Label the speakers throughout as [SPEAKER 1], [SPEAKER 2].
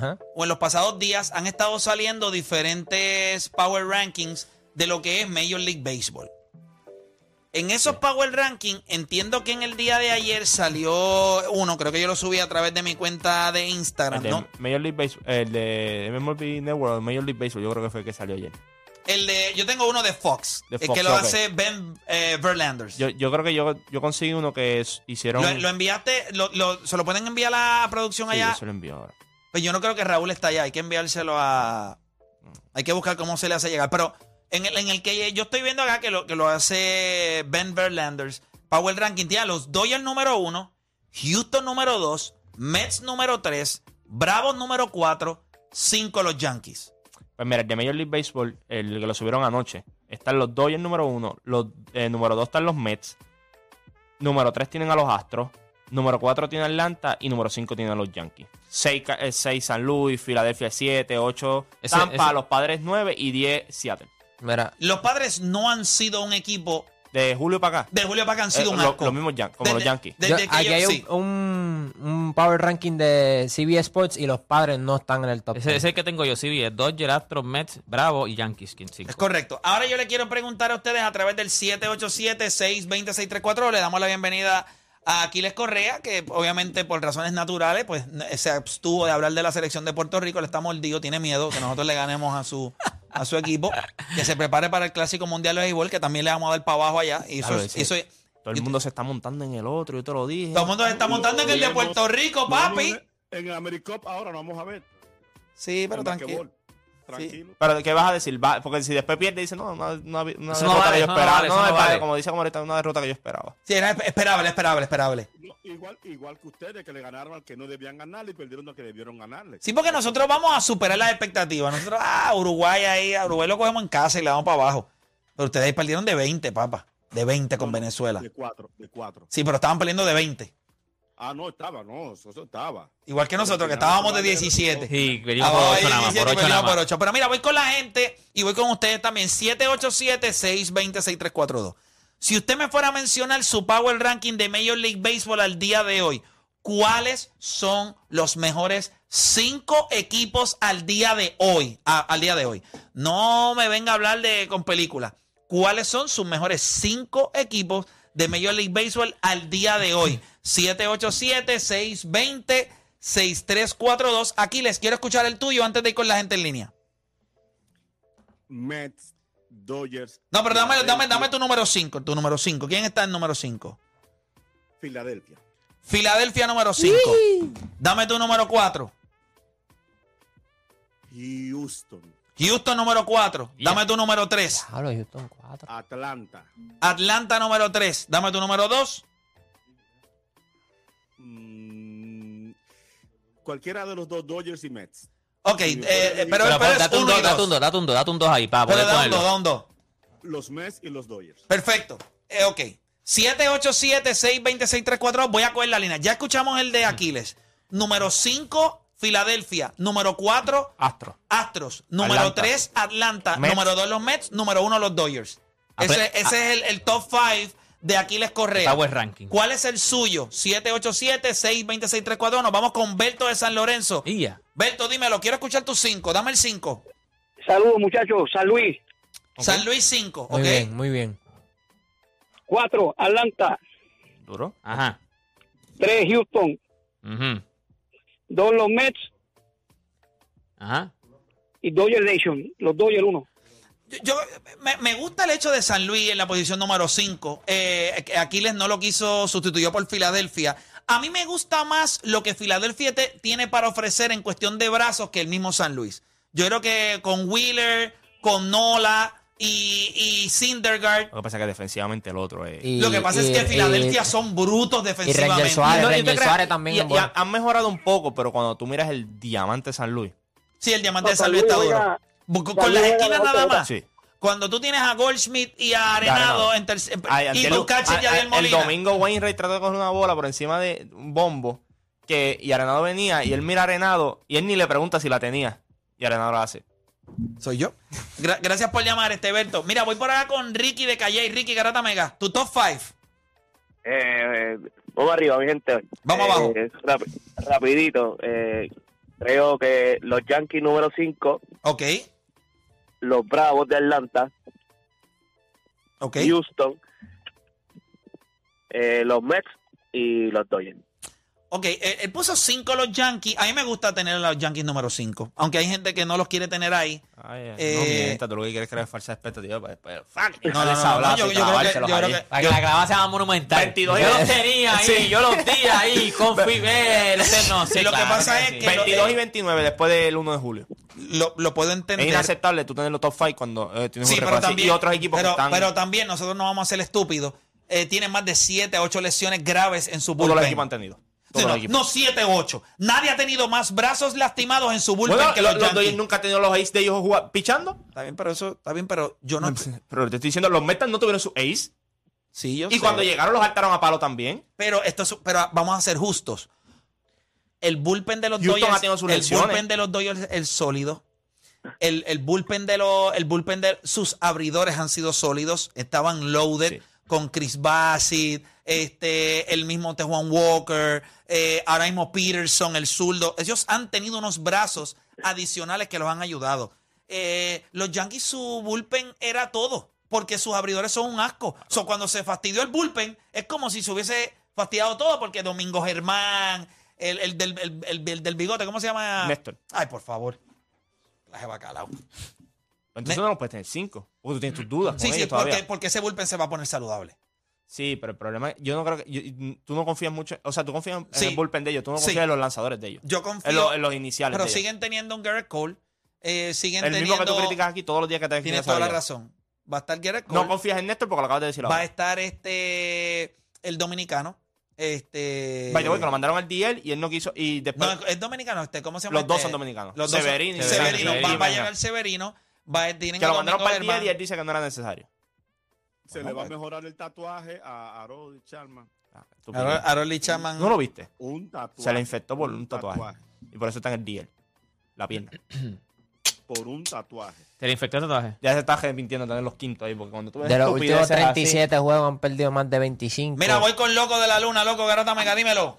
[SPEAKER 1] Ajá. o en los pasados días han estado saliendo diferentes power rankings de lo que es Major League Baseball. En esos power rankings, entiendo que en el día de ayer salió uno, creo que yo lo subí a través de mi cuenta de Instagram,
[SPEAKER 2] El de
[SPEAKER 1] ¿no?
[SPEAKER 2] Major League Baseball, el de MLB Network, el Major League Baseball, yo creo que fue el que salió ayer.
[SPEAKER 1] El de, yo tengo uno de Fox,
[SPEAKER 2] De
[SPEAKER 1] el
[SPEAKER 2] Fox,
[SPEAKER 1] que lo
[SPEAKER 2] ok.
[SPEAKER 1] hace Ben eh, Verlander.
[SPEAKER 2] Yo, yo creo que yo, yo conseguí uno que es- hicieron.
[SPEAKER 1] Lo, lo enviaste, lo- lo- se lo pueden enviar a la producción
[SPEAKER 2] Sí,
[SPEAKER 1] allá.
[SPEAKER 2] yo se lo envío ahora.
[SPEAKER 1] Pues yo no creo que Raúl está allá. Hay que enviárselo a. Hay que buscar cómo se le hace llegar. Pero en el, en el que yo estoy viendo acá que lo, que lo hace Ben Verlanders, Power Ranking, tiene a los Dodgers número uno, Houston número dos, Mets número tres, Bravos número cuatro, cinco los Yankees.
[SPEAKER 2] Pues mira, el de Major League Baseball, el que lo subieron anoche, están los Dodgers número uno, los eh, número dos están los Mets, número tres tienen a los Astros, número cuatro tiene Atlanta y número cinco tiene a los Yankees. Seis, ca- eh, seis San Luis, Filadelfia siete, ocho
[SPEAKER 3] Ese-
[SPEAKER 2] Tampa,
[SPEAKER 3] ese-
[SPEAKER 2] los Padres nueve y diez Seattle.
[SPEAKER 3] Mira,
[SPEAKER 1] Los padres no han sido un equipo.
[SPEAKER 2] De julio para acá,
[SPEAKER 1] De Julio para acá han sido
[SPEAKER 2] eh,
[SPEAKER 1] un
[SPEAKER 2] lo-
[SPEAKER 1] asco.
[SPEAKER 2] los mismos Yan- como los
[SPEAKER 1] Desde-
[SPEAKER 2] Yankees.
[SPEAKER 1] desde
[SPEAKER 3] yo-
[SPEAKER 1] que
[SPEAKER 3] aquí
[SPEAKER 1] yo-
[SPEAKER 3] hay un-
[SPEAKER 1] sí.
[SPEAKER 3] un, un power ranking de CBS Sports y los padres no están en el top.
[SPEAKER 4] Ese ese es
[SPEAKER 3] 10.
[SPEAKER 4] el que tengo yo, sí, es Dodgers, Astros, Mets, Bravo y Yankees. quien cinco.
[SPEAKER 1] Es correcto. Ahora yo le quiero preguntar a ustedes a través del 787-620-634. Le damos la bienvenida a Aquiles Correa, que obviamente por razones naturales pues n- se abstuvo de hablar de la selección de Puerto Rico. Le está mordido, tiene miedo que nosotros le ganemos a su, a su equipo. Que se prepare para el Clásico Mundial de Béisbol, que también le vamos a dar para abajo allá. Y eso,
[SPEAKER 2] Claro,
[SPEAKER 1] es-
[SPEAKER 2] ese-
[SPEAKER 1] eso es-
[SPEAKER 2] Todo el mundo se está montando en el otro, yo te lo dije.
[SPEAKER 1] todo el mundo se está montando en el de Puerto Rico, papi.
[SPEAKER 5] En el AmeriCup ahora nos vamos a ver.
[SPEAKER 1] Sí, pero
[SPEAKER 5] En
[SPEAKER 1] tranquilo.
[SPEAKER 5] basquetbol. Tranquilo.
[SPEAKER 2] Pero, ¿qué vas a decir? Va- porque si después pierde, dice, no, una, una- una
[SPEAKER 4] Eso
[SPEAKER 2] derrota
[SPEAKER 4] no vale,
[SPEAKER 2] que yo
[SPEAKER 4] eso no
[SPEAKER 2] esperaba.
[SPEAKER 4] vale,
[SPEAKER 2] No,
[SPEAKER 4] eso no
[SPEAKER 2] es para-
[SPEAKER 4] vale.
[SPEAKER 2] como dice como ahorita, una derrota que yo esperaba.
[SPEAKER 1] Sí, era esperable, esperable, esperable.
[SPEAKER 5] No, igual, igual que ustedes que le ganaron al que no debían ganarle y perdieron al que debieron ganarle.
[SPEAKER 1] Sí, porque nosotros vamos a superar las expectativas. Nosotros, ah, Uruguay ahí, a Uruguay lo cogemos en casa y le damos para abajo. Pero ustedes ahí perdieron de 20, papá. De 20 con
[SPEAKER 5] No, no,
[SPEAKER 1] Venezuela.
[SPEAKER 5] De cuatro, de cuatro.
[SPEAKER 1] Sí, pero estaban perdiendo de 20.
[SPEAKER 5] Ah, no, estaba, no, eso, eso estaba.
[SPEAKER 1] Igual que
[SPEAKER 5] Pero
[SPEAKER 1] nosotros, que
[SPEAKER 5] si nada,
[SPEAKER 1] estábamos de
[SPEAKER 5] vale,
[SPEAKER 1] 17.
[SPEAKER 4] Sí, venimos por
[SPEAKER 1] Abajo de
[SPEAKER 4] ocho nada
[SPEAKER 1] 17 y
[SPEAKER 4] más, por ocho nada
[SPEAKER 1] perdimos por
[SPEAKER 4] más.
[SPEAKER 1] 8. Pero mira, voy con la gente y voy con ustedes también. 787-620-6342. Si usted me fuera a mencionar su Power Ranking de Major League Baseball al día de hoy, ¿cuáles son los mejores cinco equipos al día de hoy? Ah, al día de hoy. No me venga a hablar de con película. ¿Cuáles son sus mejores cinco equipos de Major League Baseball al día de hoy? 787-620-6342. Aquí les quiero escuchar el tuyo antes de ir con la gente en línea.
[SPEAKER 5] Mets, Dodgers.
[SPEAKER 1] No, pero dame, dame,
[SPEAKER 5] Filadelfia,
[SPEAKER 1] dame tu número 5, tu número 5. ¿Quién está en número 5?
[SPEAKER 5] Filadelfia.
[SPEAKER 1] Filadelfia número 5. Dame tu número 4.
[SPEAKER 5] Houston,
[SPEAKER 1] Houston número 4.
[SPEAKER 4] Yeah.
[SPEAKER 1] Dame tu número 3.
[SPEAKER 3] Diablo, Houston 4.
[SPEAKER 5] Atlanta,
[SPEAKER 1] Atlanta número 3. Dame tu número 2.
[SPEAKER 5] mm, cualquiera de los dos Dodgers y Mets.
[SPEAKER 1] Ok, eh,
[SPEAKER 5] Sí,
[SPEAKER 1] eh, pero, pero
[SPEAKER 4] Pero, pues,
[SPEAKER 1] es
[SPEAKER 4] date un
[SPEAKER 1] 1
[SPEAKER 4] dos,
[SPEAKER 1] y
[SPEAKER 4] date
[SPEAKER 1] 2.
[SPEAKER 4] un dos, date un dos, date un dos ahí para
[SPEAKER 1] Pero
[SPEAKER 4] poder
[SPEAKER 1] da un
[SPEAKER 4] ponerlo.
[SPEAKER 1] 2, da un 2.
[SPEAKER 5] Los Mets y los Dodgers.
[SPEAKER 1] Perfecto. Eh, ok. 787-626-342. Voy a coger la línea. Ya escuchamos el de
[SPEAKER 4] Mm.
[SPEAKER 1] Aquiles. Número 5, Filadelfia. Número 4,
[SPEAKER 2] Astro.
[SPEAKER 1] Astros. Número
[SPEAKER 2] Atlanta.
[SPEAKER 1] 3, Atlanta.
[SPEAKER 2] Mets.
[SPEAKER 1] Número 2, los Mets. Número 1, los Dodgers.
[SPEAKER 4] Apre-
[SPEAKER 1] Ese, ese es el, el top 5 de Aquiles Correa.
[SPEAKER 4] Power ranking.
[SPEAKER 1] ¿Cuál es el suyo? 787-626-342. Nos vamos con Berto de San Lorenzo.
[SPEAKER 4] Y ya.
[SPEAKER 1] Berto, dímelo. Quiero escuchar tus 5. Dame el 5.
[SPEAKER 6] Saludos, muchachos. San Luis,
[SPEAKER 1] San Luis 5.
[SPEAKER 3] Muy
[SPEAKER 1] Ok.
[SPEAKER 3] bien, muy bien.
[SPEAKER 6] 4, Atlanta,
[SPEAKER 2] Duro.
[SPEAKER 4] Ajá.
[SPEAKER 6] 3, Houston,
[SPEAKER 4] Ujú.
[SPEAKER 6] 2, los Mets
[SPEAKER 4] Ajá.
[SPEAKER 6] y Dodger Nation. Los Dodgers 1.
[SPEAKER 1] Yo, yo- me, me gusta el hecho de San Luis en la posición número 5. Aquiles no lo quiso, sustituyó por Filadelfia. A mí me gusta más lo que Filadelfia te- tiene para ofrecer en cuestión de brazos que el mismo San Luis. Yo creo que con Wheeler, con Nola y, y Syndergaard,
[SPEAKER 2] Lo que pasa es que defensivamente el otro es.
[SPEAKER 3] Y-
[SPEAKER 1] lo que pasa
[SPEAKER 3] y-
[SPEAKER 1] es que Filadelfia
[SPEAKER 3] y-
[SPEAKER 1] son brutos
[SPEAKER 3] Y Ranger
[SPEAKER 1] defensivamente.
[SPEAKER 3] Suárez,
[SPEAKER 2] Ah, No, y te
[SPEAKER 3] Ranger
[SPEAKER 2] creas,
[SPEAKER 3] Suárez también.
[SPEAKER 2] y-
[SPEAKER 3] es
[SPEAKER 2] y
[SPEAKER 3] bueno.
[SPEAKER 2] han- han mejorado un poco, pero cuando tú miras el diamante San Luis.
[SPEAKER 1] Sí, el diamante
[SPEAKER 6] No,
[SPEAKER 1] de San
[SPEAKER 6] San
[SPEAKER 1] Luis está
[SPEAKER 6] Luis juega-
[SPEAKER 1] duro. Bu- Con,
[SPEAKER 6] San Luis
[SPEAKER 1] las
[SPEAKER 6] juega
[SPEAKER 1] esquinas
[SPEAKER 6] la
[SPEAKER 1] nada
[SPEAKER 6] otra-
[SPEAKER 1] más.
[SPEAKER 2] Sí.
[SPEAKER 1] Cuando tú tienes a Goldschmidt y a Arenado,
[SPEAKER 2] Arenado.
[SPEAKER 1] en tercer-
[SPEAKER 2] Ay,
[SPEAKER 1] y
[SPEAKER 2] antier-
[SPEAKER 1] con Cache y
[SPEAKER 2] a- a-
[SPEAKER 1] Yadier
[SPEAKER 2] ah, el
[SPEAKER 1] Molina.
[SPEAKER 2] domingo Wainwright trató de coger una bola por encima de un bombo. Que, y Arenado venía y él mira a Arenado y él ni le pregunta si la tenía. Y Arenado la hace.
[SPEAKER 1] Soy yo. Gra- gracias por llamar, Esteberto. Mira, voy por acá con Ricky de Calle. Ricky Garata Mega, tu top 5.
[SPEAKER 7] Eh, eh, vamos arriba, mi gente.
[SPEAKER 1] Vamos
[SPEAKER 7] Eh,
[SPEAKER 1] abajo.
[SPEAKER 7] rap- rapidito. eh, Creo que los Yankees número 5,
[SPEAKER 1] Ok,
[SPEAKER 7] los Bravos de Atlanta,
[SPEAKER 1] ok.
[SPEAKER 7] Houston, eh, los Mets y los Dodgers.
[SPEAKER 1] Ok, él, él puso 5 los Yankees. A mí me gusta tener a los Yankees número 5. Aunque hay gente que no los quiere tener ahí.
[SPEAKER 2] Ay, ay,
[SPEAKER 1] Eh,
[SPEAKER 2] no mientas, tú lo que quieres es crear falsa expectativa. Pero, pero, pues, fuck, no, les hablas
[SPEAKER 1] yo,
[SPEAKER 2] y
[SPEAKER 1] yo creo que,
[SPEAKER 2] clavárselos
[SPEAKER 1] yo creo
[SPEAKER 2] ahí.
[SPEAKER 1] que-
[SPEAKER 4] Para
[SPEAKER 1] yo-
[SPEAKER 4] que la grabada sea monumental.
[SPEAKER 2] 22
[SPEAKER 4] yo
[SPEAKER 2] y-
[SPEAKER 4] los tenía ahí, yo los di ahí, con Fidel, ese no sé.
[SPEAKER 1] Lo que
[SPEAKER 4] claro
[SPEAKER 1] pasa es que-
[SPEAKER 2] 22 y 29 después del 1 de julio.
[SPEAKER 1] lo, lo puedo
[SPEAKER 2] Es
[SPEAKER 1] entender.
[SPEAKER 2] inaceptable tú tener los top 5 cuando eh, tienes
[SPEAKER 1] Sí,
[SPEAKER 2] un
[SPEAKER 1] pero
[SPEAKER 2] récord así.
[SPEAKER 1] también-
[SPEAKER 2] Y otros equipos
[SPEAKER 1] pero,
[SPEAKER 2] que están...
[SPEAKER 1] pero también nosotros no vamos a ser estúpidos. Eh, tienen más de 7 a 8 lesiones graves en su
[SPEAKER 2] todos los
[SPEAKER 1] bullpen.
[SPEAKER 2] equipos han tenido.
[SPEAKER 1] Sí,
[SPEAKER 2] Todos
[SPEAKER 1] no,
[SPEAKER 2] los equipos.
[SPEAKER 1] no 7 o 8. Nadie ha tenido más brazos lastimados en su bullpen
[SPEAKER 2] Bueno,
[SPEAKER 1] que
[SPEAKER 2] los,
[SPEAKER 1] los,
[SPEAKER 2] los
[SPEAKER 1] Yankees.
[SPEAKER 2] Dodgers nunca han tenido los ace de ellos jugar, pichando.
[SPEAKER 1] Está bien, pero eso está bien, pero yo no.
[SPEAKER 2] Pero te estoy diciendo, los Metas no tuvieron su ace.
[SPEAKER 1] Sí, yo
[SPEAKER 2] Y
[SPEAKER 1] sé.
[SPEAKER 2] cuando llegaron los saltaron a palo también.
[SPEAKER 1] Pero esto es- pero vamos a ser justos. El bullpen de los
[SPEAKER 2] Houston
[SPEAKER 1] Dodgers,
[SPEAKER 2] ha tenido sus
[SPEAKER 1] el
[SPEAKER 2] lesiones.
[SPEAKER 1] bullpen de los Dodgers es sólido. El, el bullpen de los el bullpen de sus abridores han sido sólidos, estaban loaded
[SPEAKER 2] Sí.
[SPEAKER 1] con Chris Bassett, este el mismo Tejuan Walker, eh, ahora mismo Peterson, el zurdo. Ellos han tenido unos brazos adicionales que los han ayudado. Eh, los Yankees su bullpen era todo, porque sus abridores son un asco. So, cuando se fastidió el bullpen, es como si se hubiese fastidiado todo, porque Domingo Germán, el, el del, el- el- el del bigote, ¿cómo se llama?
[SPEAKER 2] Néstor.
[SPEAKER 1] Ay, por favor. La de bacalao.
[SPEAKER 2] Entonces
[SPEAKER 1] Ne-
[SPEAKER 2] no los puedes tener 5. Porque tú tienes tus dudas. con
[SPEAKER 1] Sí, sí,
[SPEAKER 2] ellos todavía.
[SPEAKER 1] porque, porque ese bullpen se va a poner saludable.
[SPEAKER 2] Sí, pero el problema es, yo no creo que, yo- tú no confías mucho, o sea, tú confías en
[SPEAKER 1] Sí.
[SPEAKER 2] el bullpen de ellos, tú no
[SPEAKER 1] Sí.
[SPEAKER 2] confías en los lanzadores de ellos,
[SPEAKER 1] Yo confío.
[SPEAKER 2] en, los- en los iniciales
[SPEAKER 1] pero
[SPEAKER 2] de ellos.
[SPEAKER 1] siguen teniendo un Garrett Cole. eh, siguen
[SPEAKER 2] El
[SPEAKER 1] teniendo.
[SPEAKER 2] mismo que tú criticas aquí todos los días que te
[SPEAKER 1] Tienes
[SPEAKER 2] criticas
[SPEAKER 1] toda
[SPEAKER 2] a
[SPEAKER 1] la
[SPEAKER 2] ellos.
[SPEAKER 1] razón. Va a estar Garrett Cole.
[SPEAKER 2] No confías en Néstor porque lo acabas de decir
[SPEAKER 1] va a
[SPEAKER 2] ahora.
[SPEAKER 1] estar este. El dominicano. Este.
[SPEAKER 2] Vaya, que lo mandaron al DL y él no quiso, y después,
[SPEAKER 1] No, es dominicano. Este, ¿Cómo se llama?
[SPEAKER 2] los dos
[SPEAKER 1] este?
[SPEAKER 2] son dominicanos.
[SPEAKER 1] Los dos son-
[SPEAKER 2] Severino, y
[SPEAKER 1] Severino.
[SPEAKER 4] Severino.
[SPEAKER 1] va- va, a
[SPEAKER 4] Severino.
[SPEAKER 1] llegar Severino. Va, tienen
[SPEAKER 2] Que
[SPEAKER 1] a
[SPEAKER 2] lo mandaron
[SPEAKER 1] Domingo
[SPEAKER 2] para el DL y
[SPEAKER 1] Germán.
[SPEAKER 2] él dice que no era necesario.
[SPEAKER 5] Se
[SPEAKER 2] Bueno,
[SPEAKER 5] le va a
[SPEAKER 2] pues.
[SPEAKER 5] mejorar el tatuaje a Harold Charman.
[SPEAKER 2] Ah, tu
[SPEAKER 1] Aro-
[SPEAKER 2] opinión.
[SPEAKER 1] Aroli Chapman.
[SPEAKER 2] No lo viste.
[SPEAKER 5] Un tatuaje.
[SPEAKER 2] Se le infectó por un tatuaje. Y por eso está en el DL. La pierna.
[SPEAKER 5] Por un tatuaje.
[SPEAKER 4] ¿Te le infectó el tatuaje?
[SPEAKER 2] Ya se está arrepintiendo de tener los quintos ahí, porque cuando tú ves
[SPEAKER 3] De los
[SPEAKER 2] estupideces
[SPEAKER 3] últimos
[SPEAKER 2] así-
[SPEAKER 3] 37 juegos han perdido más de 25.
[SPEAKER 1] Mira, voy con Loco de la Luna. Loco, garota mega, dímelo.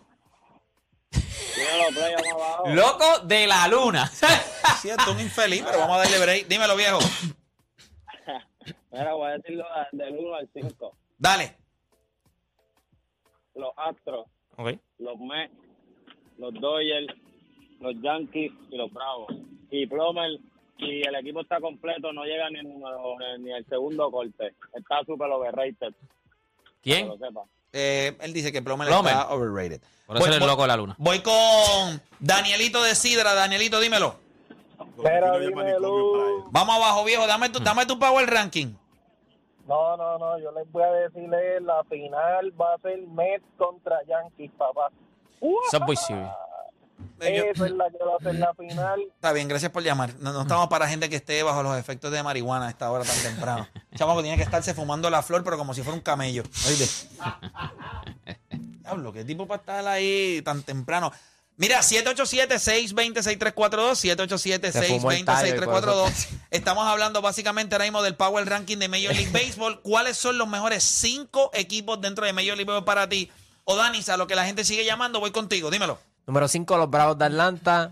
[SPEAKER 4] Loco de la luna.
[SPEAKER 1] Sí, esto es un infeliz, pero vamos a darle break. Dímelo, viejo.
[SPEAKER 7] Mira, voy a decirlo del 1 al 5.
[SPEAKER 1] Dale.
[SPEAKER 7] Los Astros,
[SPEAKER 2] Ok.
[SPEAKER 7] los Mets, los Dodgers, los Yankees y los Bravos. Y Plomer, si el equipo está completo, no llega ni, ni al segundo corte. Está súper overrated, que
[SPEAKER 4] ¿Quién?
[SPEAKER 7] lo sepa.
[SPEAKER 1] Eh, él dice que Plomer,
[SPEAKER 4] Plomer.
[SPEAKER 1] está overrated.
[SPEAKER 4] Por eso
[SPEAKER 1] Voy-
[SPEAKER 4] eres
[SPEAKER 1] voy-
[SPEAKER 4] loco de la luna.
[SPEAKER 1] Voy con Danielito de Sidra. Danielito, dímelo.
[SPEAKER 5] Pero
[SPEAKER 1] Vamos abajo, viejo. Dame tu, dame tu power ranking.
[SPEAKER 8] No, no, no, yo les voy a decirle, la final va a ser Mets contra Yankees, papá.
[SPEAKER 4] Eso es posible.
[SPEAKER 1] Eh, yo-
[SPEAKER 8] Esa es la que va a ser la final.
[SPEAKER 1] está bien, gracias por llamar. No,
[SPEAKER 3] Mm.
[SPEAKER 1] no estamos para gente que esté bajo los efectos de marihuana a esta hora tan temprano. Chamaco tiene que estarse fumando la flor, pero como si fuera un camello. Oíste. Diablo, qué tipo para estar ahí tan temprano. Mira, 787-620-6342,
[SPEAKER 3] Se fumó el tallo y por
[SPEAKER 1] 787-620-6342. Estamos hablando básicamente ahora mismo del Power Ranking de Major League Baseball. ¿Cuáles son los mejores cinco equipos dentro de Major League Baseball para ti? O Danisa, lo que la gente sigue llamando, voy contigo, dímelo.
[SPEAKER 3] Número 5, los Bravos de Atlanta.